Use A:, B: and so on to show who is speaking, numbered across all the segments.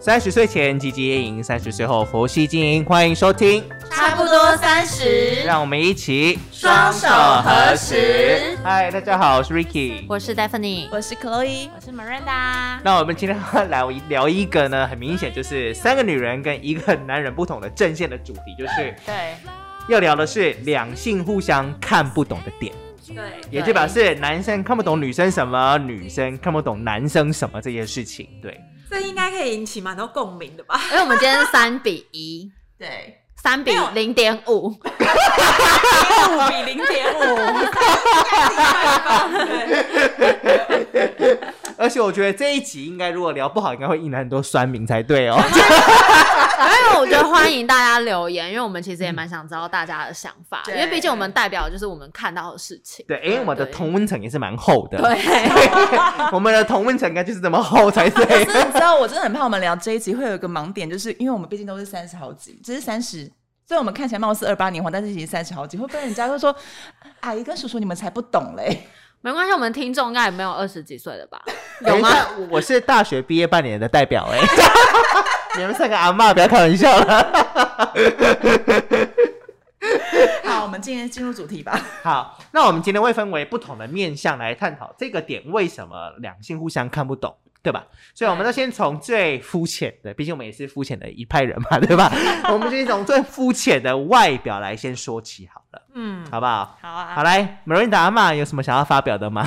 A: 三十岁前积极经营，三十岁后佛系经营。欢迎收听，
B: 差不多三十，
A: 让我们一起
B: 双手合十。
A: 嗨，大家好，我是 Ricky。
C: 我是戴芬妮，
B: 我是 Chloe，我是 Miranda。
A: 那我们今天要来聊一个呢，很明显就是三个女人跟一个男人不同的阵线的主题，就是
B: 对
A: 要聊的是两性互相看不懂的点，
B: 对，
A: 也就表示男生看不懂女生什么，女生看不懂男生什么这件事情。对，
D: 这应该可以引起蛮多共鸣的吧？
C: 因为我们今天是三比一，
B: 对
C: 三比零点五，
D: 五比零点 五，
A: 而且我觉得这一集应该如果聊不好，应该会引来很多酸民才对哦。
C: 因哎为我觉得欢迎大家留言，因为我们其实也蛮想知道大家的想法，因
B: 对
C: 为毕竟我们代表就是我们看到的事情。
A: 对，因为我们的同温层也是蛮厚的。
C: 嗯对，
A: 我们的同温层应该就是这么厚才对
B: 可。是你知道，我真的很怕我们聊这一集会有一个盲点，就是因为我们毕竟都是三十好几，只是三十。虽然我们看起来貌似二八年黄，但是其实三十好几，会不会人家会说阿姨跟叔叔你们才不懂嘞？
C: 没关系，我们听众应该也没有二十几岁的吧？
A: 等
C: 有
A: 一
C: 吗？
A: 下，我是大学毕业半年的代表哎、 你们三个阿嬷不要开玩笑了。
B: 好，我们今天进入主题吧。
A: 好，那我们今天会分为不同的面向来探讨这个点，为什么两性互相看不懂，对吧？所以我们就先从最肤浅的，毕竟我们也是肤浅的一派人嘛，对 吧？我们先从最肤浅的外表来先说起好了，
D: 嗯，
A: 好不好？
B: 好啊，
A: 好来，Marinda 阿嬷有什么想要发表的吗？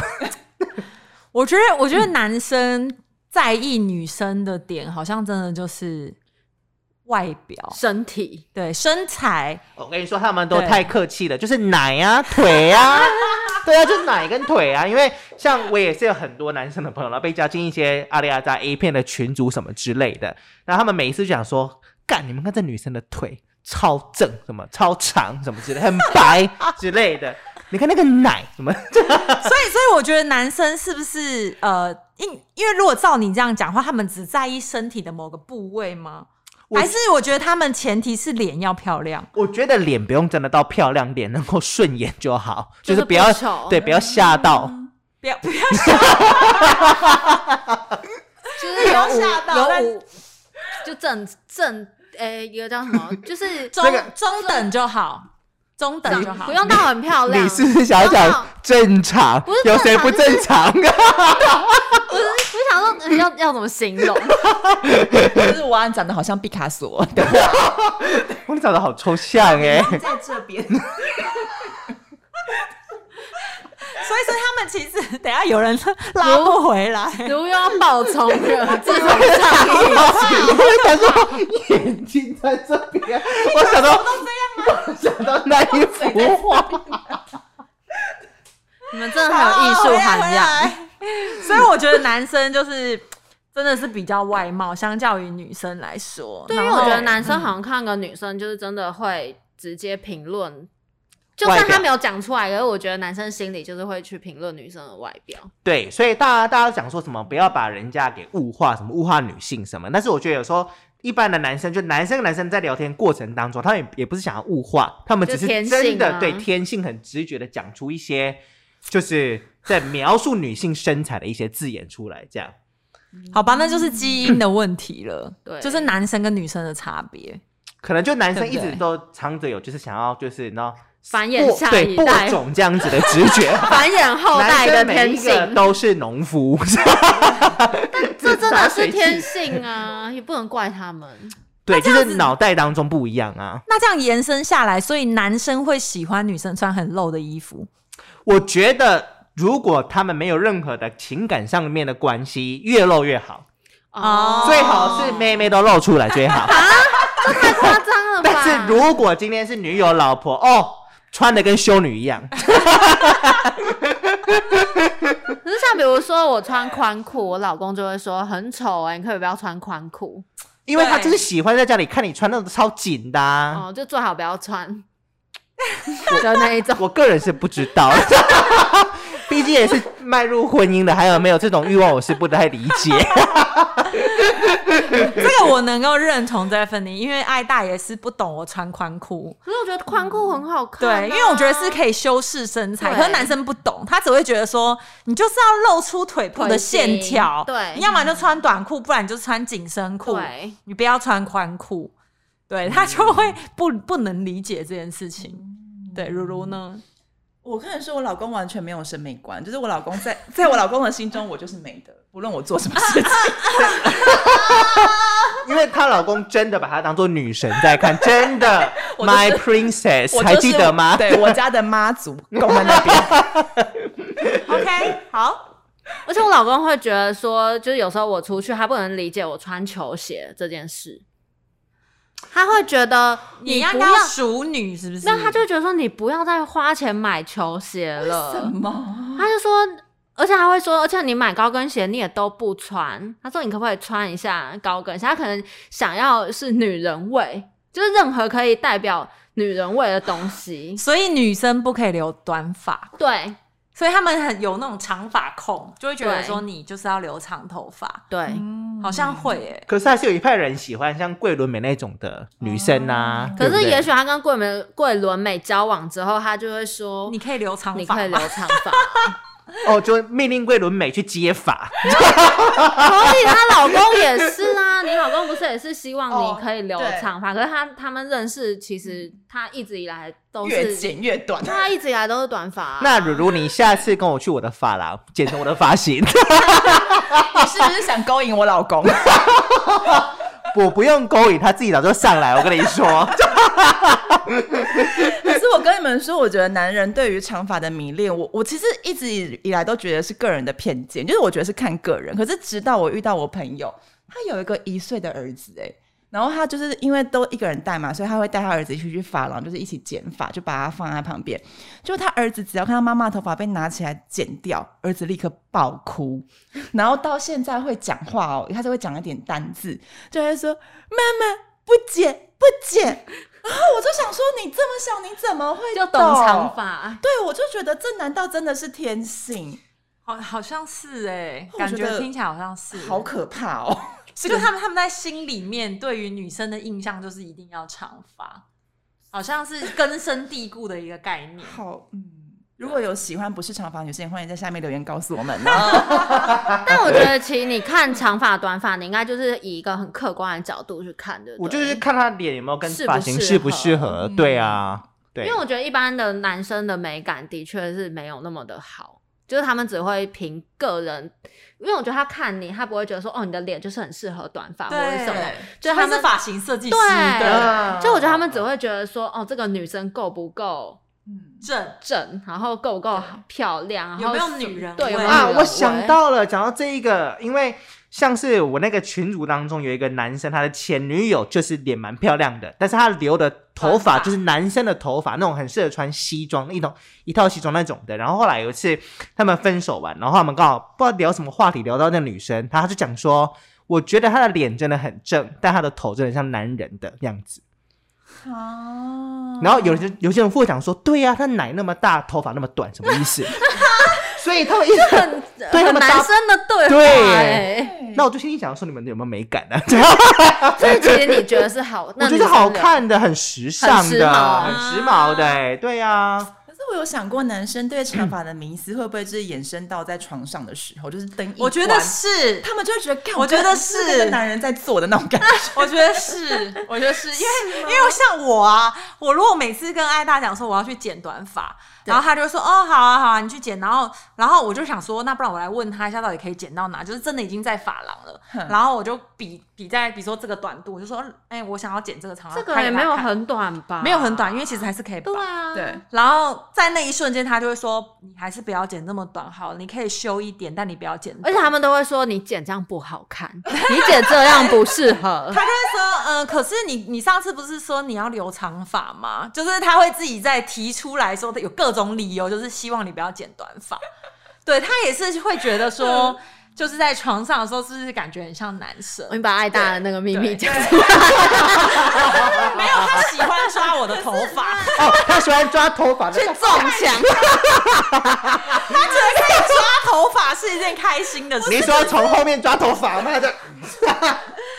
D: 我觉得，我觉得男生在意女生的点，好像真的就是外表，
C: 身体
D: 对身 材，
A: 我跟你说，他们都
D: 对
A: 太客气了，就是奶啊、 腿 啊，对啊，就是奶跟腿啊。因为像我也是有很多男生的朋友，然后被加进一些阿里阿扎 A 片的群组什么之类的，然后他们每一次就想说，干，你们看这女生的腿超正，什么超长，什么之类，很白之类的。你看那个奶，什么
D: 所以，所以我觉得男生是不是呃，因因为如果照你这样讲话，他们只在意身体的某个部位吗？
A: 我
D: 还是我觉得他们前提是脸要漂亮？
A: 我觉得脸不用真的到漂亮，脸能够顺眼就好，就
C: 就是
A: 不要
C: 不丑嗯
A: 对，不要吓到。
D: 不要不要
C: 就是有
D: 要
C: 五
D: 吓到但
C: 有五，就正正诶，一个叫什么？就是
D: 中、
A: 这个
D: 中等就好，中等就好，
C: 不用到很漂亮，
A: 你是不是想要
C: 不用到
A: 讲正常
C: 不是？
A: 有谁不正常啊？
C: 我是我想说嗯要要怎么形容？
B: 就是我安长得好像毕卡索，对吧？
A: 哇，你长得好抽象 哎、
B: 在这边，
D: 所以说他们其实等一下有人拉不回来，
C: 如又要爆冲 了，自从倡议
A: 我想说眼睛在这 边，我想到我
C: 啊
A: 想到那一幅 画，
C: 你们真的很有艺术涵养。
D: 养。所以我觉得男生就是真的是比较外貌，相较于女生来说，
C: 对，因为
D: 然
C: 我
D: 后
C: 觉得男生好像看个女生，就是真的会直接评论，就算
A: 外表
C: 他没有讲出来，可是我觉得男生心里就是会去评论女生的外表。
A: 对，所以大家大家讲说什么不要把人家给物化，什么物化女性什么，但是我觉得有时候。一般的男生，就男生跟男生在聊天过程当中，他们也也不是想要物化，他们只是
C: 就天性
A: 真的
C: 啊
A: 对天性很直觉的讲出一些，就是在描述女性身材的一些字眼出来，这样。
D: 好吧，那就是基因的问题了，
C: 对
D: 就是男生跟女生的差别。
A: 可能就男生
B: 对不
A: 一
B: 对
A: 直都藏着有，就是想要就是你知道
C: 繁衍
A: 播
C: 下
A: 对
C: 一
A: 播
C: 代
A: 种这样子的直觉。
C: 繁衍 后
A: 男
C: 代的
A: 生每
C: 天
A: 一个
C: 性，
A: 都是农 夫，
C: 这真的是天
A: 性，
C: 性啊，也不能怪他们。
A: 对，就是脑袋当中不一样啊。
D: 那这样延伸下来，所以男生会喜欢女生穿很露的衣服，
A: 我觉得如果他们没有任何的情感上面的关系，越露越好，
D: 哦
A: 最好是妹妹都露出来最 好。
C: 太夸张了吧？
A: 但是如果今天是女友老婆哦，穿的跟修女一样，
C: 可是像比如说我穿宽裤，我老公就会说很丑哎、你可不可以不要穿宽裤
A: 因为他
D: 对
A: 就是喜欢在家里看你穿那种超紧的啊、
C: 哦，就最好不要 穿，就那一种。
A: 我个人是不知道， 毕竟也是迈入婚姻的，还有没有这种欲望，我是不太理解。
D: 这个我我能够认同这份你，因为爱大也是不懂我穿宽裤。
C: 可是我觉得宽裤很好看、啊
D: 对，因为我觉得是。可以修饰身材，
C: 对
D: 可是男生不懂，他只会觉得说你就是要露出腿部的线条，
C: 腿型对
D: 你要么就穿短裤，不然你就穿紧身裤，
C: 对，嗯
D: 你不要穿宽裤，对他就会不不能理解这件事情。
C: 嗯
D: 对，如如呢？
B: 我看说，我老公完全没有审美观，就是我老公在在我老公的心中，我就是美的，不论我做什么 事情。
A: 因为她老公真的把她当做女神在看，真的
B: 我就是
A: ，My Princess，、
B: 我就
A: 还
B: 是
A: 记得吗？
B: 对我家的妈祖供在那边，
C: 嗯
D: OK，好，
C: 而且我老公会觉得说，就是有时候我出去，他不能理解我穿球鞋这件事，他会觉得
D: 你
C: 你
D: 要
C: 不
D: 要熟女是不是？
C: 那他就觉得说你不要再花钱买球鞋了，
B: 么？
C: 他就说，而且他会说，而且你买高跟鞋你也都不穿，他说你可不可以穿一下高跟鞋？他可能想要是女人味，就是任何可以代表女人味的东西。
D: 所以女生不可以留短发，
C: 对
D: 所以他们很有那种长发控，就会觉得
C: 对嗯
D: 说你就是要留长头发，
C: 对，
D: 好像会诶、
A: 可是还是有一派人喜欢像桂纶镁那种的女生啊呐、
B: 哦
C: 可是也
A: 许
C: 许他跟桂美桂纶镁交往之后，他就会说
D: 你可以留长
C: 嗯你
D: 发
C: 可以留
D: 吗，
C: 长发，
A: 哦，就命令桂纶镁去接发，
C: 所以她老公也是啊，你老公不是也是希望你可以留
B: 哦对
C: 长发？可是他他们认识，其实他一直以来都
B: 越
C: 是，
B: 剪越短。
C: 他一直以来都是短发、啊。
A: 那如如你下次跟我去我的发廊剪成我的发型，
B: 你是不是想勾引我老公？
A: 我不用勾引他自己早就上来，我跟你说，
B: 可是我跟你们说，我觉得男人对于长发的迷恋，我我其实一直以以来都觉得是个人的偏见，就是我觉得是看个人。可是直到我遇到我朋友，他有一个一岁的儿子、哎，然后他就是因为都一个人带嘛，所以他会带他儿子一起去发廊，就是一起剪发，就把他放在旁边。就他儿子只要看到妈妈的头发被拿起来剪掉，儿子立刻爆哭， 然后到现在会讲话哦，他就会讲一点单字，就会说妈妈不剪不剪。然后我就想说，你这么小，你怎么会
C: 就懂长？发，
B: 对，我就觉得这难道真的是天性？
D: 好好像是哎、
B: 我
D: 感
B: 觉得
D: 觉听起来好像是，欸
B: 好可怕哦！
D: 就他们他们在心里面对于女生的印象就是一定要长发，好像是根深蒂固的一个概念。
B: 好，嗯，如果有喜欢不是长发女生，也欢迎在下面留言告诉我们啊。
C: 但我觉得其实你看长发短发，你应该就是以一个很客观的角度去看，对不对？
A: 我就是看他脸有没有跟
C: 适不
A: 发型
C: 适
A: 适
C: 合
A: 不适合，对
B: 嗯
A: 啊，对，
C: 因为我觉得一般的男生的美感的确是没有那么的好，就是他们只会凭个人，因为我觉得他看你，他不会觉得说哦你的脸就是很适合短发或者是什么，就
D: 就
C: 他
D: 他
C: 们
D: 是发型设计师
C: 对
D: 的
A: 嗯
C: 就我觉得他们只会觉得说哦这个女生够不够
B: 嗯，
D: 正，
C: 正，然后够不够漂亮，然后
D: 有没有
C: 是
D: 女人
C: 对有
D: 味
C: 没有
A: 啊，
C: 女人
A: 我想
C: 味
A: 到了，讲到这一个，因为像是我那个群组当中有一个男生，他的前女友就是脸蛮漂亮的，但是他留的头发
D: 短发
A: 就是男生的头发，那种很适合穿西装一种一套西装那种的。然后后来有一次他们分手完，然后他们刚好不知道聊什么话题，聊到那女生，她就讲说。我觉得她的脸真的很正，但她的头真的像男人的样子。
C: 哦
B: 好
A: 然后有人就有些人会讲说：“对呀、她奶那么大，头发那么短，什么意思？” 所以他们一直
C: 很
A: 对他
C: 很
A: 们
C: 男
A: 搭
C: 生的对话、
A: 对
C: 欸，
B: 嗯
A: 那我就心里想说，你们有没有美感呢、啊？
C: 所以其实你觉得是好，
A: 我
C: 那
A: 觉
C: 女
A: 得
C: 生
A: 好
C: 的
A: 看的，很时尚
C: 很时髦
A: 的，
C: 啊
A: 很时髦的、欸，对呀、啊。
B: 可是我有想过，男生对长发的迷思会不会就是延伸到在床上的时候，就是灯一
D: 我觉得
B: 关
D: 是，
B: 他们就会觉得，干
D: 我觉得
B: 真的是
D: 是
B: 跟男人在做的那种感觉。
D: 我觉得是，我觉得是因为因为像我啊，我如果每次跟艾大讲说我要去剪短发，
B: 对
D: 然后他就说哦好啊好啊，你去剪，然后然后我就想说那不然我来问他一下到底可以剪到哪，就是真的已经在发廊了，
B: 哼
D: 然后我就比比在比如说这个短度，我就说哎、我想要剪这个长，
C: 这
D: 然
C: 个
D: 后
C: 也
D: 拍给他
C: 没有
D: 看
C: 很短吧？
D: 没有很短，因为其实还是可以绑
C: 对。啊，
B: 对，
D: 然后在那一瞬间，他就会说：“你还是不要剪那么短好了，你可以修一点，但你不要剪。”
C: 而且他们都会说你剪这样不好看，你剪这样不适合。
D: 他就会说，呃，可是你你上次不是说你要留长发吗？就是他会自己再提出来说，有各种理由，就是希望你不要剪短发。对他也是会觉得
C: 嗯
D: 说，就是在床上的时候，是不是感觉很像男 生？
C: 你把爱大的那个秘密讲出来，
D: 没有，他喜欢抓我的头发，
A: 哦，他喜欢抓头发的
C: 去， 中枪。嗯
D: 他觉得可以抓头发是一件开心的事。
A: 你说从后面抓头发吗？他就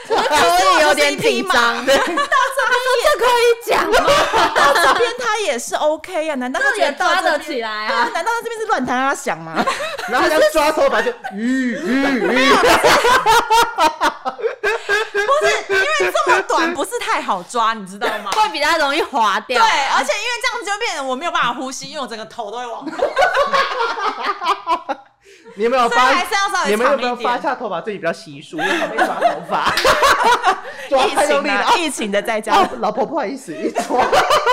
C: 可以有点紧张。 对，他说这可以讲吗？
B: 到这边哦他也是 OK 呀、难道他
C: 这
B: 觉得
C: 也
B: 到
C: 抓
B: 这
C: 得
B: 边？
C: 起来
B: 啊
C: 啊！
B: 难道他这边是乱弹阿翔 吗？
A: 然后他就抓头发就吁吁吁，
D: 不是因为这么短不是太好抓，你知道 吗？
C: 会比较容易滑掉
D: 对，。而且因为这样子就变成我没有办法呼吸，因为我整个头都会往后。
A: 你有没有
D: 所以
A: 发
D: 还是要稍微
A: 你们有
D: 长
A: 没有
D: 一
A: 发
D: 点
A: 现他头发最近比较稀疏，因为旁边抓头发，抓
B: 疫
A: 太用
B: 情
A: 力了
B: 啊，。疫情的在 家，
A: 啊，老婆不好意思，一抓，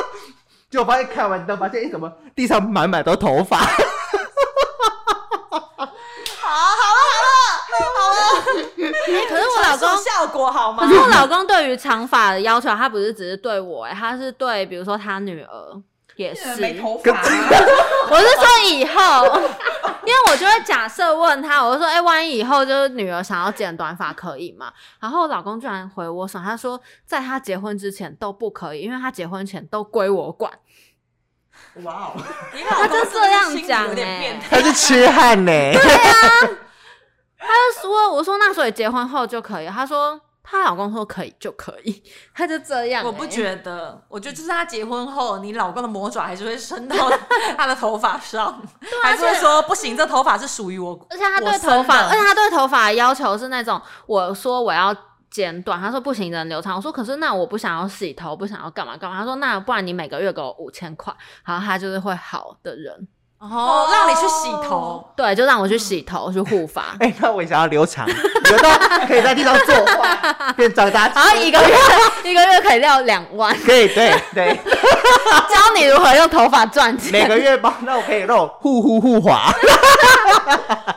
A: 就发现开完灯，发现哎，怎么地上满满都头发？
D: 好，好了，好了，好了。
C: 可是我老公
D: 传输效果好吗
C: 可？是我老公对于长发的要求，他不是只是对我、欸，他是对比如说他女儿也
D: 呃
C: 是。
B: 发啊，
C: 我是说以后，因为我就会假设问他，我就说，哎、万一以后就是女儿想要剪短发可以吗？然后我老公居然回我什么？他说，在他结婚之前都不可以，因为他结婚前都归我管。
B: 哇哦！
D: 你老
C: 他
D: 公
C: 就是这样
D: 心理
C: 讲
D: 有
C: 欸
D: 点变
A: 他
D: 态。
A: 是痴汉呢、，
C: 他就说，我说那所以结婚后就可以。他说，她老公说可以就可以，他就这样、欸
D: 我不
C: 得。
D: 觉得，我觉得就是他结婚后，你老公的魔爪还是会 伸到他的头发上，还是会说不行，这头发是属于我。
C: 啊而且他
D: 我
C: 对
D: 生
C: 头发，
D: 的
C: 而且他对头发的要求是那种，我说我要剪短，他说不行，人留长。我说可是那我不想要洗头，不想要干嘛干嘛。他说那不然你每个月给我五千块，然后他就是会好的人，
D: 哦，让你去洗头，嗯
C: 对，就让我去洗头、去护发
A: 哎、那我也想要留长，留到可以在地上作画，变长大
C: 然后一个月 一个月可以要两万，
A: 可以，对对，
C: 教你如何用头发赚钱。
A: 每个月吧，那我可以那种护护护滑，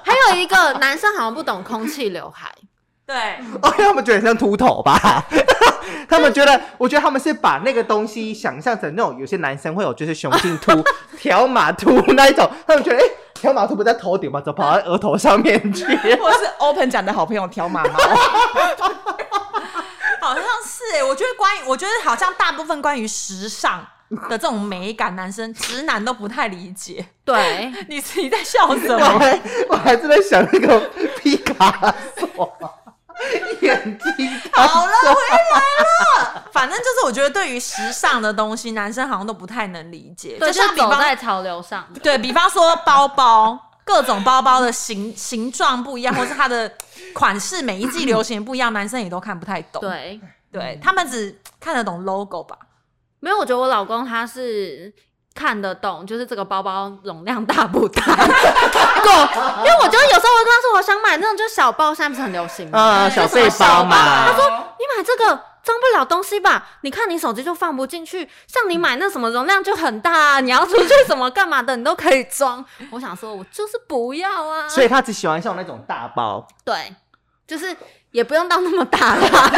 C: 还有一个男生好像不懂空气刘海，
D: 对，
A: 哦，他们觉得很像秃头吧？ 他们觉得，我觉得他们是把那个东西想象成那种有些男生会有就是雄性秃、条码秃那一种，他们觉得哎，条码秃不在头顶吗？怎么跑到额头上面去？
B: 我是 Open 讲的好朋友条妈妈，
D: 好像是哎、我觉得关于，我觉得好像大部分关于时尚的这种美感，男生直男都不太理解。
C: 对，
D: 你自己在笑什
A: 我
D: 么？
A: 还我还是在想那个皮卡索 演技
D: 好了，回来了。反正就是，我觉得对于时尚的东西，男生好像都不太能理解。
C: 对，
D: 就
C: 就
D: 像比
C: 走
D: 方
C: 在潮流上的。
D: 对比方说包包，各种包包的形形状不一样，或 是它的款式每一季流行不一样，男生也都看不太懂。
C: 对，
D: 对，他们只看得懂 logo 吧。
C: 没有，我觉得我老公他是看得懂，就是这个包包容量大 不大。够，因为我觉得有时候我会跟他说，我想买那种就是小包，现在不是很流行吗？
A: 啊，小背包嘛，
C: 你买这个装不了东西吧？你看你手机就放不进去，像你买那什么容量就很大、啊，你要出去什么干嘛的，你都可以装。我想说，我就是不要啊。
A: 所以他只喜欢像那种大包，
C: 对，就是也不用到那么 大啦，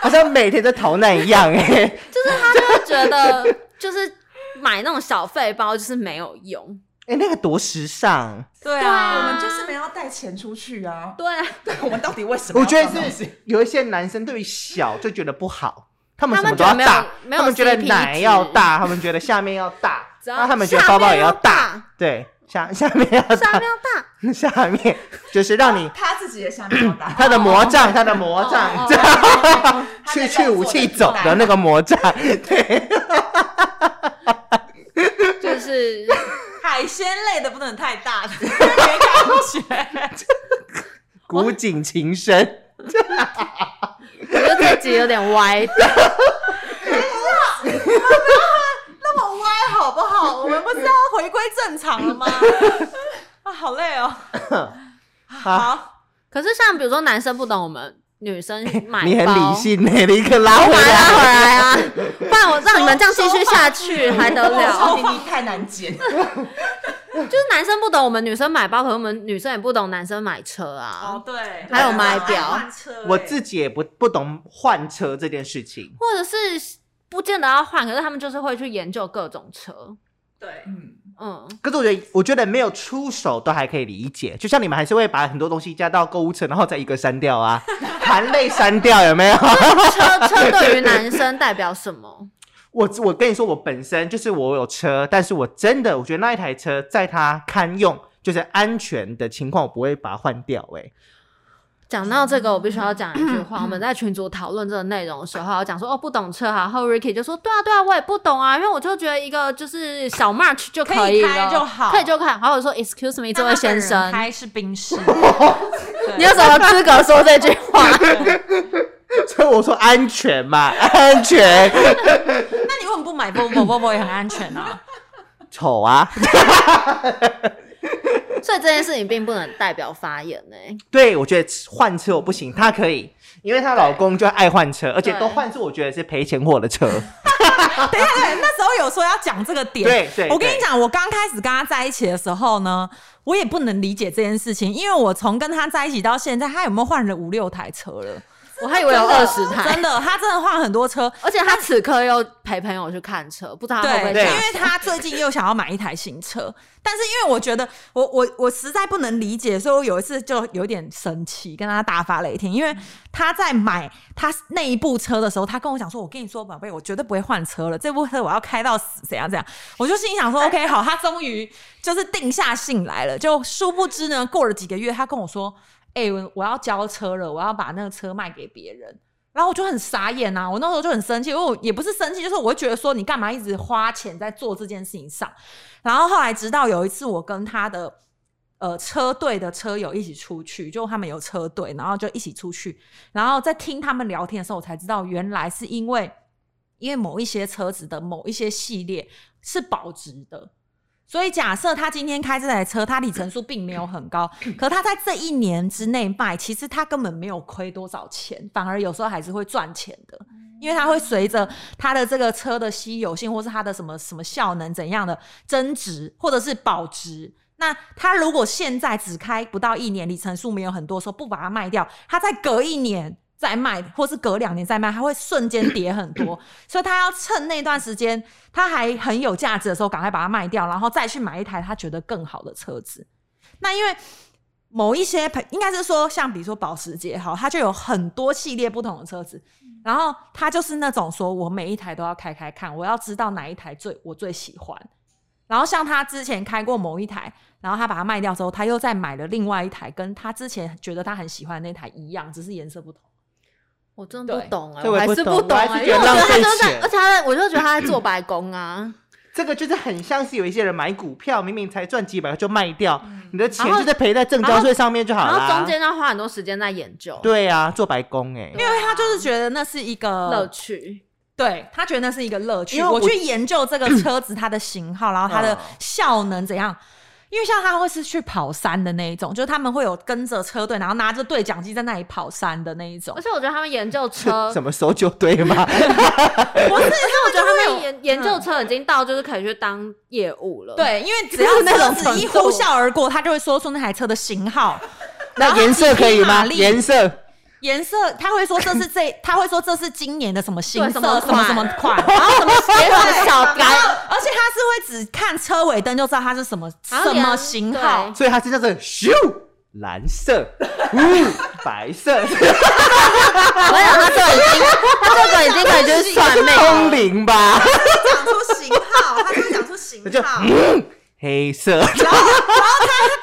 A: 好像每天在逃难一样哎、
C: 就是他就会觉得就是。买那种小费包就是没有用，
A: 哎、那个多时尚，
D: 对
C: 对啊
B: 我们就是没有要带钱出去啊。
C: 对啊，
B: 对，我们到底为什
A: 我
B: 么要
A: 觉
B: 这样
A: 得
B: 子？
A: 是有一些男生对于小就觉得不好，他们
C: 他
A: 什么
C: 们
A: 都要
C: 觉得
A: 大，
C: 没有没有
A: 他们觉得
C: CP
A: 奶
C: 值
A: 要大，他们觉得下面要大，
C: 只要
A: 那他们觉得
C: 下
A: 包包
C: 面
A: 也
C: 要
A: 大
C: 大，
A: 对，下下面要
C: 下面
A: 大，
C: 要大，
A: 下面就是让你
B: 他自己也想表 达，
A: 他的魔杖，他的魔
C: 哦
A: 杖，
C: 哦
A: 这 样
B: 他
A: 去
B: 在
A: 去
B: 动
A: 武
B: 作
A: 器
B: 的
A: 走
B: 状
A: 的
B: 态
A: 那个魔杖，对，
C: 就是
D: 海鲜类的不 能太大，没感觉。
A: 古井情深，
C: 我觉得这集有点歪，
D: 那么歪好不好？我们不是要回归正常 了吗？啊，好累哦。
C: 啊
D: 好，
C: 可是像比如说男生不懂我们女生买包，
A: 你很理，性呢，你可拉
C: 我
A: 回
C: 把它拉
A: 来。
C: 回 来啊，不然我让你们这样继续下去还得了？
B: 超你太 难剪，
C: 就是男生不懂我们女生买包，可是我们女生也不懂男生买车
D: 哦
C: 啊，
D: 对，
C: 还有买表
D: 换车
A: 我
D: 欸
A: 自己也不不懂换车这件事情，
C: 或者是不见得要换，可是他们就是会去研究各种车，
D: 对
B: 嗯，
C: 嗯，
A: 可是我觉得，我觉得没有出手都还可以理解，就像你们还是会把很多东西加到购物车，然后再一个删掉啊，含泪删掉有没有？
C: 车车对于男生代表什么？
A: 我我跟你说，我本身就是我有车，但是我真的我觉得那一台车在它堪用，就是安全的情况，我不会把它换掉、欸。
C: 讲到这个，我必须要讲一句
D: 嗯
C: 话。我们在群组讨论这个内容的时候，我讲说哦不懂车啊，然后 Ricky 就说对啊对啊，我也不懂啊，因为我就觉得一个就是小 march 就
D: 可以
C: 以
D: 开
C: 了，
D: 就好
C: 可以就看。然后我说 Excuse me，这位先生，
D: 开是冰 室，
C: 你有什么资格说这句话？
A: 所以我说安全嘛，安全，
D: 那你为什么不买 Volvo Volvo 也很安全 啊？
A: 丑啊！
C: 所以这件事情并不能代表发言欸呢、
A: 对，我觉得换车我不行，她可以，因为她老公就爱换车，而且都换是我觉得是赔钱货的车。
D: 等一下，对，那时候有说要讲这个点。
A: 对对
D: 我跟你
A: 对
D: 讲，我刚开始跟他在一起的时候呢，我也不能理解这件事情，因为我从跟他在一起到现在，他有没有换了五六台车了？
C: 我还以为有二十台
D: 真，的，他真的换很多车。
C: 而且他此刻又陪朋友去看车，不知道他会不会
D: 对，
A: 对
C: 这样
D: 因为他最近又想要买一台新车，但是因为我觉得我我我实在不能理解，所以我有一次就有点生气，跟他大发雷霆，因为他在买他那一部车的时候，他跟我讲说：“我跟你说，宝贝，我绝对不会换车了，这部车我要开到死，怎样怎样。”我就心里想说：“OK，好，他终于就是定下心来了。”就殊不知呢，过了几个月，他跟我说：“哎、我我要交车了，我要把那个车卖给别人。”然后我就很傻眼啊呐、我那时候就很生气，因为我也不是生气，就是我会觉得说你干嘛一直花钱在做这件事情上。然后后来直到有一次，我跟他的呃车队的车友一起出去，就他们有车队，然后就一起出去，然后在听他们聊天的时候，我才知道原来是因为因为某一些车子的某一些系列是保值的。所以假设他今天开这台车，他里程数并没有很高，可他在这一年之内卖，其实他根本没有亏多少钱，反而有时候还是会赚钱的，因为他会随着他的这个车的稀有性，或是它的什么什么效能怎样的增值，或者是保值。那他如果现在只开不到一年，里程数没有很多，说不把它卖掉，他再隔一年再卖，或是隔两年再卖，他会瞬间跌很多。所以他要趁那段时间他还很有价值的时候，赶快把它卖掉，然后再去买一台他觉得更好的车子。那因为某一些朋，应该是说像比如说保时捷好，它就有很多系列不同的车子，
C: 嗯
D: 然后他就是那种说我每一台都要开开看，我要知道哪一台最我最喜欢。然后像他之前开过某一台，然后他把它卖掉之后，他又再买了另外一台，跟他之前觉得他很喜欢的那台一样，只是颜色不同。
C: 我真的不懂哎、
A: 对
C: 我还
A: 我也
C: 是
A: 不懂
C: 懂哎、
A: 我还是
C: 因为
A: 觉
C: 我
A: 得
C: 觉得他
A: 浪费
C: 就在，
A: 钱
C: 而且他在，我就觉得他在做白工啊。
A: 这个就是很像是有一些人买股票，明明才赚几百块就卖掉，你的钱就在赔在证交税上面就好
C: 嗯然后中
A: 啦。
C: 间要花很多时间在研究，
A: 对啊，做白工哎、
C: 对啊，
D: 因为他就是觉得那是一
C: 乐
D: 个，
C: 趣。
D: 对他觉得那是一个乐趣。
A: 因为
D: 我
A: 我
D: 去研究这个车子它的型号，然后它的
A: 嗯
D: 效能怎样。因为像他会是去跑山的那一种，就是他们会有跟着车队，然后拿着对讲机在那里跑山的那一种
C: 而。且我觉得他们研究车，
A: 什么时候就对 吗？
D: 不是，因为
C: 我觉得他们
D: 也
C: 研嗯研究车已经到就是可以去当业务了。，
D: 对，因为只要
C: 那
D: 车
C: 种
D: 子一
C: 程度
D: 呼啸而过，他就会说出那台车的型号。 然
A: 那
D: 后
A: 颜色可以
D: 马
A: 吗？
D: 力
A: 颜色
D: 颜色，他会说这是这，他会说这是今年的什么新色，
C: 对什
D: 什么
C: 么
D: 什么
C: 款
D: 什么款， 然后什么鞋
C: 什么
D: 子
C: 小
D: 然后
C: 白
D: 而且他是会只看车尾灯就知道它是什么
C: 然后
D: 什
C: 连
D: 么型号
C: 对，
A: 所以它是那种咻蓝 色，呜白色，
C: 我想他这个已经，他这个已经可以就是算
A: 是
C: 命
A: 通
C: 了。
A: 灵吧？
D: 讲出型号，他会讲出 型
B: 哎
A: 就嗯黑色，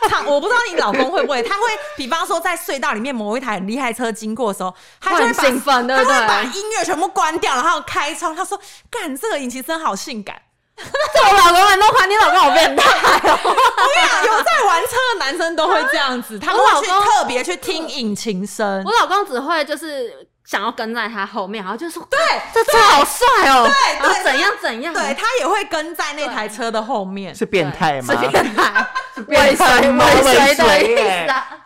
D: 他我不知道你老公会不会，他会比方说在隧道里面某一台很厉害车经过的时候，他
C: 会
D: 就会
C: 很
D: 把
C: 兴奋，对
D: 他
C: 不
D: 就会把
C: 对？
D: 音乐全部关掉，然后开窗，他说：“干，这个引擎声好性感。”
C: 这我老公们都夸你老公好变态哦！
D: 我跟你讲，有在玩车的男生都会这样子，他们
C: 我
D: 会
C: 老
D: 去
C: 公
D: 特别去听引擎声
C: 我。老公只会就是想要跟在他后面，然后就说对，
D: 对
C: 这车好帅哦，
D: 对对
C: 然后怎样怎样，
D: 对，他也会跟在那台车的后面。
A: 是变态吗？
C: 是变 态，
A: 变态吗
C: 尾随尾
A: 尾随
C: 随的
A: 耶
C: 意思啊。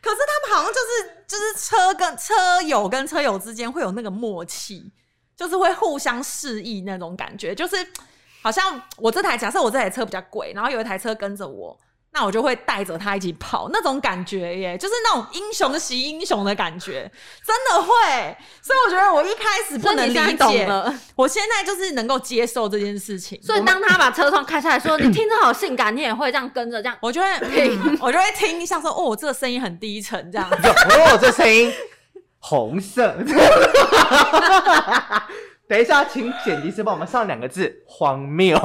D: 可是他们好像就是就是车跟车友跟车友之间会有那个默契，就是会互相示意那种感觉，就是好像我这台假设我这台车比较贵，然后有一台车跟着我。那我就会带着他一起跑，那种感觉耶，就是那种英雄惜英雄的感觉，真的会。所以我觉得我一开始不
C: 所以
D: 能
C: 你
D: 理
C: 现在
D: 解，
C: 懂了，
D: 我现在就是能够接受这件事情，
C: 所以
D: 我们
C: 当他把车窗开下来 说：“你听着好性感”，你也会这样跟着这样。
D: 我就会听，我就会听一下说，哦，这个声音很低沉，这样。
A: 哦，这声音红色。 等一下，请剪辑师帮我们上两个字“荒谬”。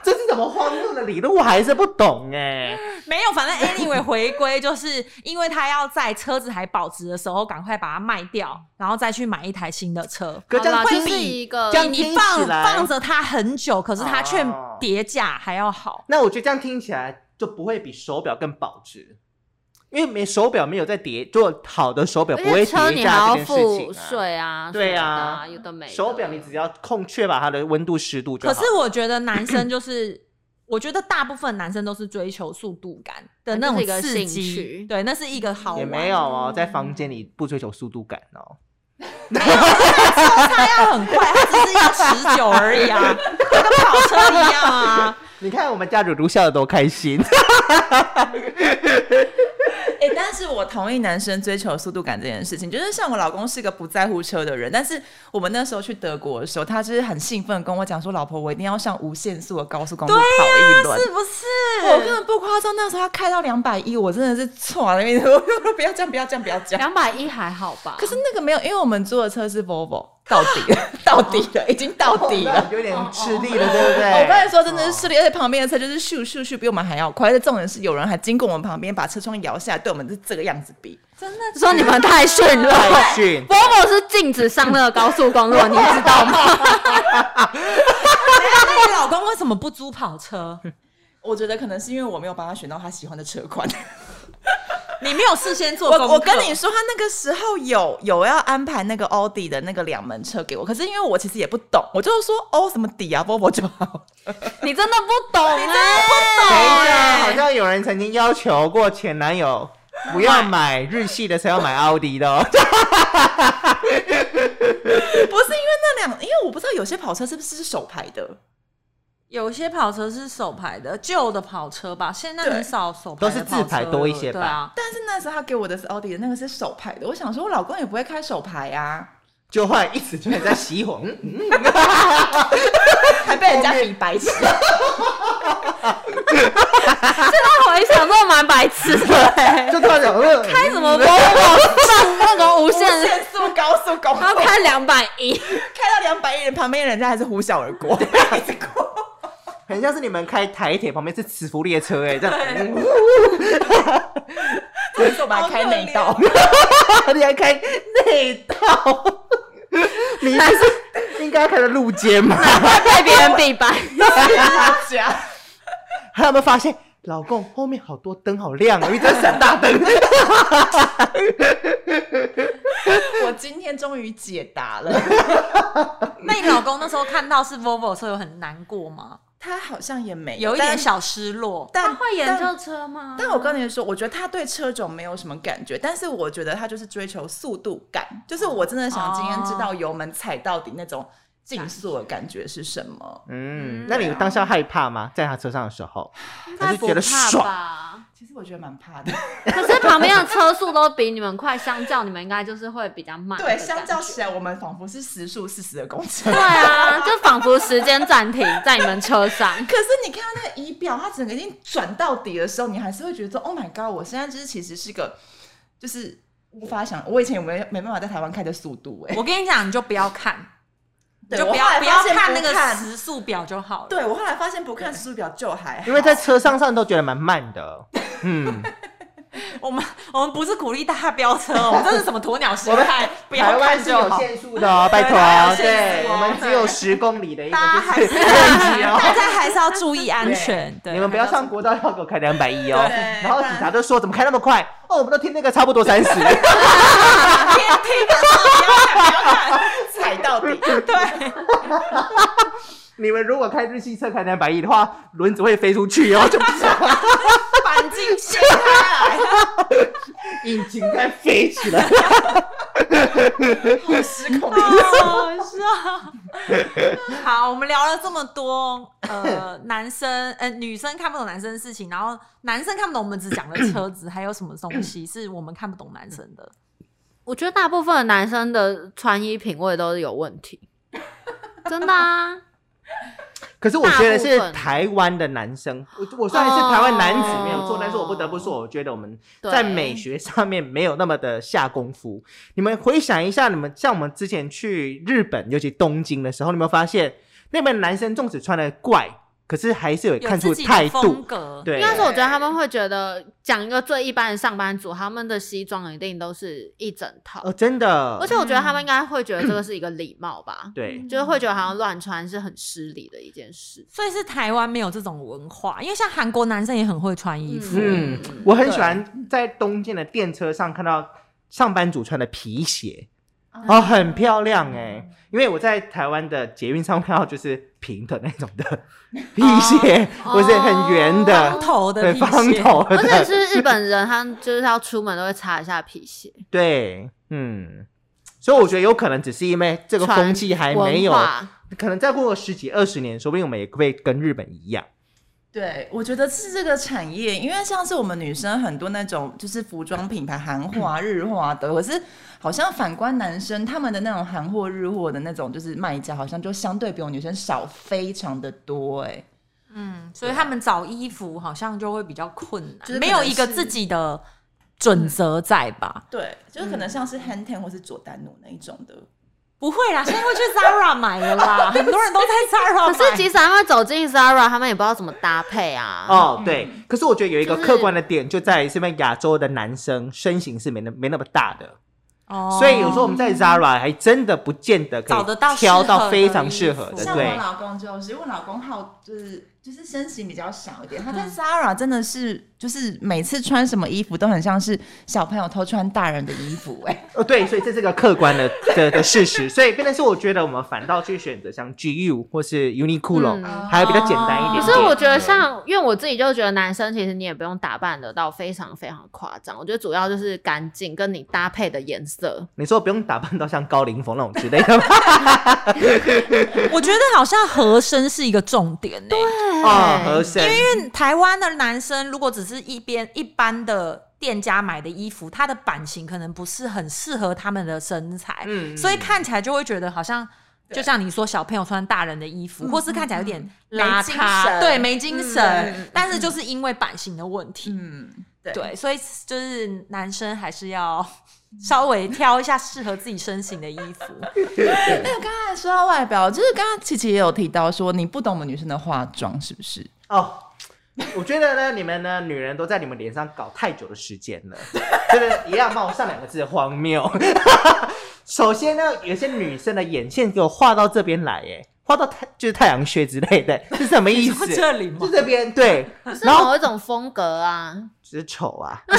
A: 这是什么荒谬的理论，我还是不懂哎、
D: 没有，反正 anyway 回归就是因为他要在车子还保值的时候赶快把它卖掉，然后再去买一台新的车。
A: 可这
C: 好
A: 样
C: 啦
A: 会
C: 就是
A: 比
C: 呃一个
A: 这样听
D: 你
A: 起
D: 放
A: 来
D: 放着它很久，可是它却
A: 哦
D: 跌价还要好。
A: 那我觉得这样听起来就不会比手表更保值，因为没手表没有在叠，做好的手表
C: 而
A: 不
C: 且
A: 会
C: 车
A: 叠
C: 你还
A: 价
C: 要
A: 这件事情、
C: 付。税啊，
A: 对啊
C: 啊，有的没的
A: 手表你只要控确保它的温度湿度就
D: 可
A: 好。
D: 是我觉得男生就是，我觉得大部分男生都是追求速度感的那种
C: 那就是一
D: 刺
C: 个兴
D: 激
C: 趣，
D: 对，那是一个好
A: 也
D: 玩。
A: 没有哦，在房间里不追求速度感哦。
D: 他要很快，他只是要持久而已啊，跟跑车一样啊。
A: 你看我们家如如笑得多开心，
B: 哎、但是我同意男生追求速度感这件事情，就是像我老公是个不在乎车的人，但是我们那时候去德国的时候，他就是很兴奋地跟我讲说：“老婆，我一定要上无限速的高速公路跑一
D: 啊
B: 轮。
D: 是不
B: 我根
D: 是？
B: 本不夸张，那时候他开到两百一，我真的是错了，那边我说不要这样，不要这样，不要这样。
C: 两百一还好吧？
B: 可是那个没有，因为我们坐的车是 Volvo，到 底了，到底了，已经到 底了。
A: 有点吃力了，对不对？
B: 哦我刚才说真的是视力，而且旁边的车就是咻咻咻比我们还要快，而且重点是有人还经过我们旁边，把车窗摇下来，对我们是这个样子比。
D: 真的
C: 说你们太逊了。
A: 快训。
C: Volvo 是禁止上那个高速公路，你知 道吗？
D: 那你老公为什么不租 跑车？
B: 我觉得可能是因为我没有帮他选到他喜欢的车款。
D: 你没有事先做功
B: 我
D: 课。
B: 我跟你说，他那个时候有有要安排那个奥迪的那个两门车给我，可是因为我其实也不懂，我就是说哦什么底啊，Volvo 就好。
C: 你真的不懂哎、
A: 等一下，好像有人曾经要求过前男友不要买日系的，才要买奥迪的、哦。
B: 不是因为那两，因为我不知道有些跑车是不是是手牌的，
D: 有些跑车是手排的，旧的跑车吧，现在
B: 对
D: 很少手排
A: 都
D: 的
A: 是
D: 跑
A: 自排
D: 车
A: 多一
D: 了
A: 些
D: 对
A: 吧
D: 啊，
B: 但是那时候他给我的是奥迪的那个是手牌的，我想说我老公也不会开手牌啊，
A: 就后来一直就在熄火，嗯嗯
B: 还被人家比白痴。
C: 他回啊想这蛮白痴的哎、
A: 嗯就突呃然想说
C: 开什么 Volvo 上那个无
B: 无
C: 限，
B: 限速高速公路
C: 然后开两 百一，
B: 开到两百一人，旁边人家还是呼啸而过， 一直过。
A: 很像是你们开台铁旁边是磁浮列车哎、欸，这样嗯
B: 所以我把它开内道，
A: 你还开内道，你不是应该开在路肩吗？
C: 被别人比白。
B: 大家。
A: 还有没有发现老公后面好多灯好亮哦，因为这是闪大灯。
B: 我今天终于解答 了，
D: 那你老公那时候看到是 Volvo 的时候有很难过吗？
B: 他好像也没
D: 有一点，小失落。
B: 但但但
C: 车吗
B: 但我跟你说，我觉得他对车种没有什么感觉，但是我觉得他就是追求速度感，就是我真的想今天知道油门踩到底那种竞速的感觉是什么。
A: 嗯，那你当下害怕吗？在他车上的时候，还
C: 那
A: 是觉得爽？
C: 吧？
B: 其实我觉得蛮怕的，
C: 可是旁边的车速都比你们快，相较你们应该就是会比较慢。
B: 对，相较。起来，我们仿佛是时速四十的公车
C: 对。啊，就仿佛时间暂停在你们车上。
B: 可是你看到那个仪表，它整个已经转到底的时候，你还是会觉得说，Oh my god！我现在就是其实是个，就是无法想，我以前有没有没办法在台湾开的速度哎、
D: 我跟你讲，你就不要看，你
B: 对
D: 就
B: 我
D: 不要
B: 后来
D: 不要
B: 发现
D: 看那
B: 不
D: 个
B: 看
D: 时速表就好了。
B: 对我后来发现不看速度表就还好，
A: 因为在车上上都觉得蛮慢的。嗯，
D: 我们 我们不是鼓励大家飙车，我们这是什么鸵鸟心态？不
A: 台
D: 要
A: 湾
D: 看
A: 是
D: 就
A: 有
D: 好。
A: 限速的哦，拜托
D: 台湾
A: 哦
D: 有。限
A: 对，
D: 速哦
A: 我们只有十公里的一个
D: 大
A: 就
D: 家还
A: 是
D: 是
A: 限制哦。
D: 大家还是要注意安全。对，
A: 你们不要上国道要给我开两百一哦。
B: 对
A: 然后警察就说怎么开那么快？哦，我们都听那个差不多三十。
B: 踩 到底。
A: 你们如果开日系车开两百一的话，轮子会飞出去哦，就不是
B: 反进线开来，
A: 引擎在飞起来。
B: 好失控。
D: 哦，是啊。好，我们聊了这么多，呃，男生呃女生看不懂男生的事情，然后男生看不懂，我们只讲了车子，还有什么东西是我们看不懂男生的？
C: 我觉得大部分的男生的穿衣品味都是有问题，真的 啊。
A: 可是我觉得是
C: 大部分
A: 台湾的男生，我我虽然是台湾男子没有错，
C: 哦
A: 但是我不得不说，我觉得我们
C: 对
A: 在美学上面没有那么的下功夫。你们回想一下，你们像我们之前去日本，尤其东京的时候，你有没有发现那边的男生纵使穿的怪，可是还是有
D: 有
A: 看出
D: 自己的
A: 态
D: 风
A: 度。
D: 格，
A: 对
C: 应该是我觉得他们会觉得，讲一个最一般的上班族，他们的西装一定都是一整套，
A: 哦，真的
C: 而，且我觉得他们应该会觉得这个是一个礼貌吧，
A: 对，
C: 就是会觉得好像乱穿是很失礼的一件事。
D: 所以是台湾没有这种文化，因为像韩国男生也很会穿衣服，
A: 嗯，我很喜欢在东京的电车上看到上班族穿的皮鞋，哦，很漂亮哎、因为我在台湾的捷运上看到就是平的那种的皮鞋，
C: 哦
A: 或是很圆
D: 方
A: 的、
D: 头的
A: 很
D: 皮
A: 方
D: 鞋，
A: 头
C: 而且
A: 的，
C: 是日本人，他们就是要出门都会擦一下皮鞋，
A: 对，嗯。所以我觉得有可能只是因为这个风气还没有
C: 文，化
A: 可能再过个十几二十年，说不定我们也会跟日本一样。
B: 对，我觉得是这个产业，因为像是我们女生很多那种就是服装品牌韩货啊、日货啊的，可是好像反观男生他们的那种韩货、日货的那种就是卖家，好像就相对比我们女生少非常的多哎、
D: 嗯，所以他们找衣服好像就会比较困
B: 就是
D: 难，没有
B: 可能
D: 一个
B: 是
D: 自己的准则在吧？
B: 对，就是可能像是 Hand Ten 或是佐丹奴那一种的，
D: 不会啦，现在会去 Zara 买了 啦，很多人都在 Zara
C: 可
D: 买。
C: 是即使他们走进 Zara，他们也不知道怎么搭配啊。
A: 哦，对。可是我觉得有一个
C: 就是
A: 客观的点，就在于这边亚洲的男生身形是没那没那么大的，
D: 哦
A: 所以有时候我们在 Zara 还真的不见得可以
D: 找得到适合
A: 挑
D: 的
A: 到非常适合
D: 衣
A: 的，
D: 服
B: 像我
A: 对，
B: 老公就是，我老公好就是就是身形比较少一点，他在 Zara 真的是就是每次穿什么衣服都很像是小朋友偷穿大人的衣服哎、
A: 哦对，所以这是个客观的的的事实，所以变成是我觉得我们反倒去选择像 GU 或是 Uniqlo，、
C: 嗯
A: 还有比较简单一
D: 哦
A: 点点。
D: 可
C: 可是我觉得像，因为我自己就觉得男生其实你也不用打扮得到非常非常夸张，我觉得主要就是干净跟你搭配的颜色。
A: 你说不用打扮到像高凌风那种之类的 吗？
D: 我觉得好像合身是一个重点欸呢、
A: 哦，合身，
D: 因为台湾的男生如果只是一边一般的店家买的衣服，它的版型可能不是很适合他们的身材，
A: 嗯
D: 所以看起来就会觉得好像。
B: 嗯
D: 就像你说，小朋友穿大人的衣服，或是看起来有点邋
B: 没精
D: 遢，
B: 神
D: 对，没精神。
B: 嗯嗯
D: 但是就是因为版型的问题，
B: 嗯，对
D: 对，所以就是男生还是要稍微挑一下适合自己身形的衣 服。
B: 刚才说到外表，就是刚刚琪琪也有提到说，你不懂我们女生的化妆是不是？
A: 哦，我觉得呢，你们呢，女人都在你们脸上搞太久的时间了，就是一样帮我上两个字荒谬。 首先呢，有些女生的眼线给我画到这边来，哎，画到太就是太阳穴之类的，是什么意
D: 你
A: 思
D: 说？ 这里吗
A: 就？这边对，
C: 是
A: 然后
C: 某一种风格啊，
A: 只是丑啊。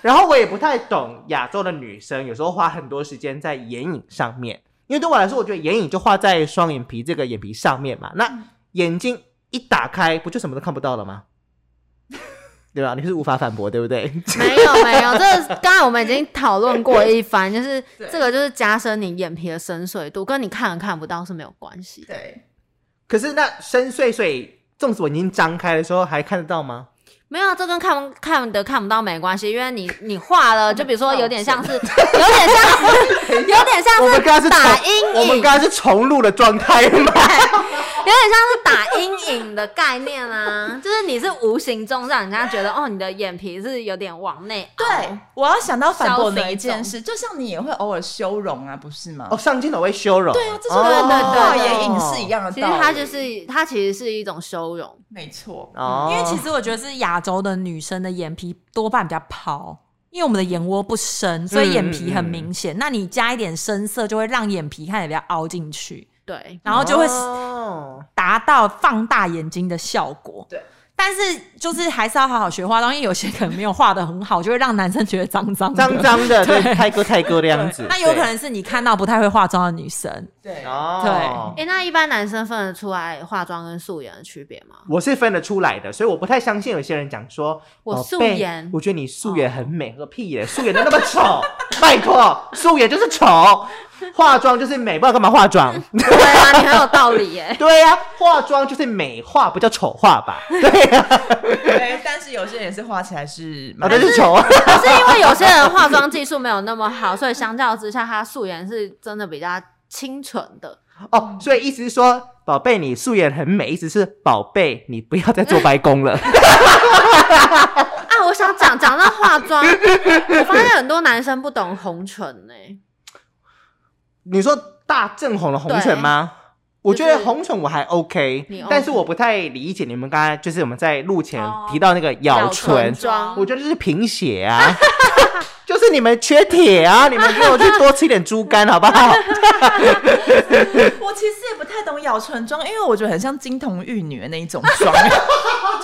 A: 然后我也不太懂亚洲的女生，有时候花很多时间在眼影上面，因为对我来说，我觉得眼影就画在双眼皮这个眼皮上面嘛。那眼睛一打开，不就什么都看不到了吗？ 对吧？你是无法反驳，对不对？
C: 没有没有，这个刚才我们已经讨论过一番，就是
B: 对
C: 这个就是加深你眼皮的深邃度，跟你看看不到是没有关系的。
B: 对，
A: 可是那深邃邃，纵使我已经张开的时候，还看得到吗？
C: 没有，啊这跟看不看得看不到没关系，因为你你画了，就比如说有点像是，有点像是，有点像
A: 我们刚刚是重
C: 打阴影，
A: 我们刚刚是重录的状态吗？
C: 有点像是打阴影的概念啊， 就是你是无形中让人家觉得哦，你的眼皮是有点往内凹。
B: 对，我要想到反驳
C: 消
B: 你
C: 费
B: 一件
C: 种
B: 事，就像你也会偶尔修容啊，不是吗？
A: 哦，上镜头会修容。
B: 对啊，这就
A: 哦
B: 跟
C: 对对
B: 画
C: 对
B: 眼影是一样的
C: 其
B: 道
C: 实
B: 理。
C: 它就是它其实是一种修容，
B: 没错，
A: 哦，
D: 因为其实我觉得是亚洲的女生的眼皮多半比较抛，因为我们的眼窝不深，所以眼皮
A: 嗯
D: 很明显。那你加一点深色，就会让眼皮看起来比较凹进去，
C: 对，
D: 然后就会
A: 哦
D: 达到放大眼睛的效果。
B: 对。
D: 但是就是还是要好好学化妆，因为有些可能没有画的很好，就会让男生觉得脏脏的
A: 脏脏的，对
D: 对，
A: 泰哥泰哥的样子。
D: 那有可能是你看到不太会化妆的女生，
B: 对
A: 对。哦，
C: 哎，那一般男生分得出来化妆跟素颜的区别 吗？
A: 我是分得出来的，所以我不太相信有些人讲说
C: 我
A: 宝
C: 素
A: 贝
C: 颜哦
A: 我觉得你素颜很美。我说屁耶，素颜都那么丑， 拜托，素颜就是丑，化妆就是美，不知道干嘛化 妆。
C: 对啊，你很有道理耶。
A: 对呀、化妆就是美化，不叫丑化 吧？对呀、
B: 对，但是有些人也是画起来是
A: 啊，
B: 蛮
A: 那就丑 啊。
C: 可哦是因为有些人化妆技术没有那么好，所以相较之下，他素颜是真的比较清纯的。
A: 哦，所以意思是说，宝贝，你素颜很美，意思是宝贝，你不要再做白工了。
C: 啊，我想讲讲到欸化妆，我发现很多男生不懂红唇呢、
A: 你说大正红的红唇吗？我觉得红唇我还 OK，
C: 你 OK
A: 但是我不太理解你们刚才就是我们在录前
D: 哦
A: 提到那个咬唇
C: 唇，妆
A: 我觉得就是贫血啊， 就是你们缺铁 啊，你们给我去多吃一点猪肝好不好？
B: 我其实也不太懂咬唇妆，因为我觉得很像金童玉女的那一种 妆，就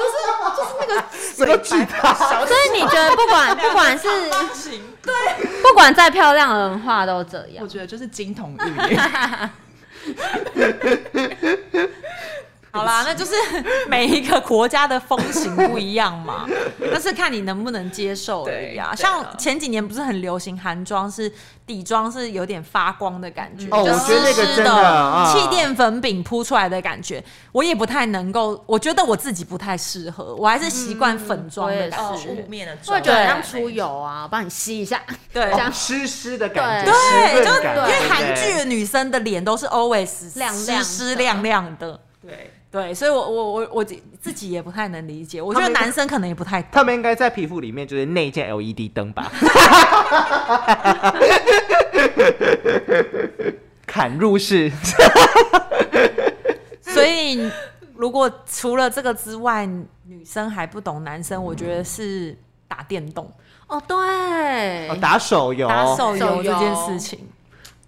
B: 是就是那个
A: 你
B: 嘴
A: 都知
B: 白
A: 道，
C: 所以你觉得不管不管是
B: 型，
C: 不管再漂亮的人画都这
B: 我
C: 样，
B: 觉得就是金童玉女。
D: 好啦，那就是 每一个国家的风情不一样嘛， 但是看你能不能接受而已啊。
B: 对对啊
D: 像前几年不是很流行韩妆，是底妆是有点发光的嗯感觉，
A: 哦
D: 就
A: 我觉得那个
D: 湿湿
A: 真的啊
D: 气垫粉饼铺出来的感觉，我也不太能够，我觉得我自己不太适合，我还是习惯粉妆的感
C: 我也
D: 觉。
C: 是
B: 哦雾面的
C: 我
B: 妆，
C: 也觉得很像
B: 对
C: 出油啊，我帮你吸一下，
D: 对
C: 这样
A: 湿湿的感觉，湿
D: 哦对，就
A: 润
D: 是
A: 感，
D: 因为
A: 对不
D: 韩
A: 对
D: 剧的女生的脸都是 always
C: 亮亮的
D: 湿湿亮亮的。
B: 对，
D: 对，所以我我我我自己也不太能理解，我觉得
A: 他们
D: 男生可能也不太懂。
A: 他们应该在皮肤里面就是内建 LED 灯 吧，砍入式。
D: 所以，如果除了这个之外，女生还不懂男生，我觉得是打电动、
C: 哦对
A: 哦，打手游，
D: 打手游
C: 手游
D: 这件事情。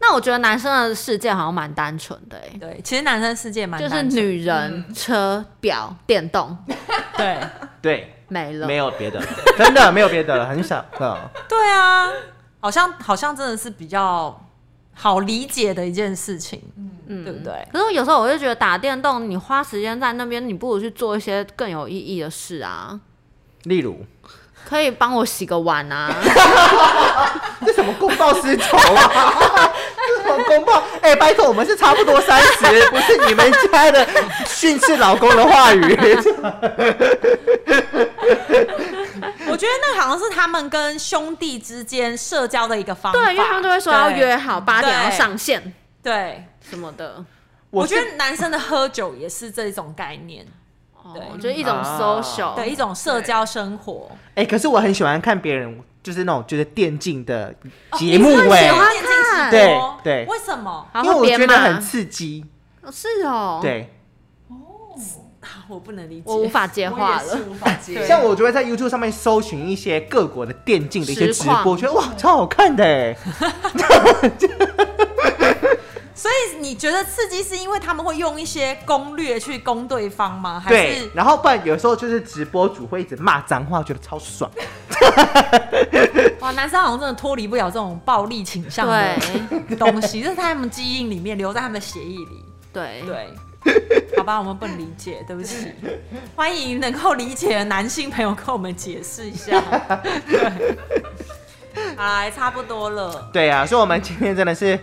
C: 那我觉得男生的世界好像蛮单纯的哎、
D: 对，其实男生世界蛮
C: 就是
D: 单纯
C: 女人、车、表、电动
D: 对
A: 对，
C: 没了，
A: 没有别的， 真的没有别的了，很少。嗯，
D: 对啊，好像好像真的是比较好理解的一件事情，
C: 嗯
D: 对不对？
C: 可是有时候我就觉得打电动，你花时间在那边，你不如去做一些更有意义的事啊，
A: 例如，
C: 可以帮我洗个碗 啊，
A: 这什么公报私仇啊？ 这什么公报？哎、拜托，我们是差不多三 十，不是你们家的训斥老公的话 语。
D: 我觉得那好像是他们跟兄弟之间社交的一个方法。
C: 对，因为他们都会说要约好八点要
D: 对
C: 上线
D: 对，
C: 什么的，
D: 我
A: 我
D: 觉
A: 是
D: 得男生的喝酒也是这种概念，
C: 哦
D: 对，
C: 就是一种
A: 啊
C: social，、
D: 对一种社交生活。
A: 哎、可是我很喜欢看别人，就是那种就是电竞的节目
C: 哦你是
A: 哎、
C: 喜欢
D: 电竞直播
A: 对对
D: 为什么？
C: 然
A: 因为
C: 后
A: 我
C: 别
A: 觉得很
C: 嘛，
A: 刺激。
C: 哦是哦，，
A: 对，
D: 我不能理解
C: 我无法接话了，
B: 无法接
A: 像我就会在 YouTube 上面搜寻一些各国的电竞的一些
C: 实
A: 直
C: 况
A: 播，觉得哇超好看的哎、
D: 所以你觉得刺激是因为他们会用一些攻略去攻对方吗？还
A: 对
D: 是，
A: 然后不然有时候就是直播主会一直骂脏话，觉得超爽。
D: 哇，男生好像真的脱离不了这种暴力倾向的东西， 这是他们基因里面留在他们的血液里。
C: 对对，
D: 对，好吧，我们不能理解，对不起。欢迎能够理解的男性朋友跟我们解释 一下。对，好啦，也差不多了。
A: 对啊，所以我们今天真的是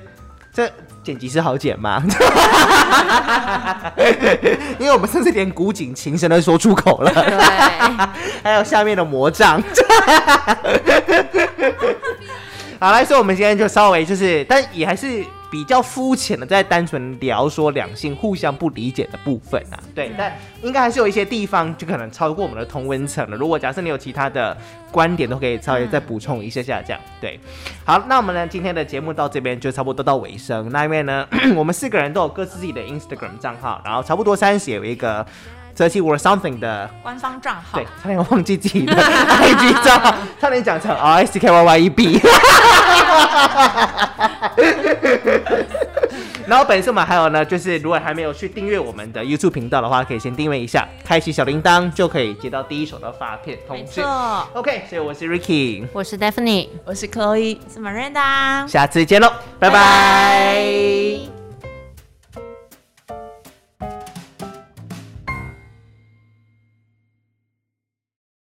A: 这剪辑师好剪吗？因为我们甚至连古井情深都说出口了， 还有下面的魔杖。 好来，所以我们今天就稍微就是，但也还是比较肤浅的，在单纯聊说两性互相不理解的部分啊。对，但应该还是有一些地方就可能超过我们的同温层了。如果假设你有其他的观点，都可以稍微再补充一下下这样。对，好，那我们呢今天的节目到这边就差不多到尾声。那因为呢，我们四个人都有各自自己的 Instagram 账号，然后差不多三十有一个。择期 or something 的
D: 官方账号
A: 对，差点忘记自己的 IG 账号，差点讲成 R S K Y Y E B。然后本次我们还有呢，就是如果还没有去订阅我们的 YouTube 频道的话，可以先订阅一下，开启小铃铛就可以接到第一手的发片通
D: 没
A: 知
D: 错。，
A: OK，所以我是 Ricky，
C: 我是 Daphne。
B: 我是 Chloe。
D: 是 Miranda。
A: 下次见喽，拜拜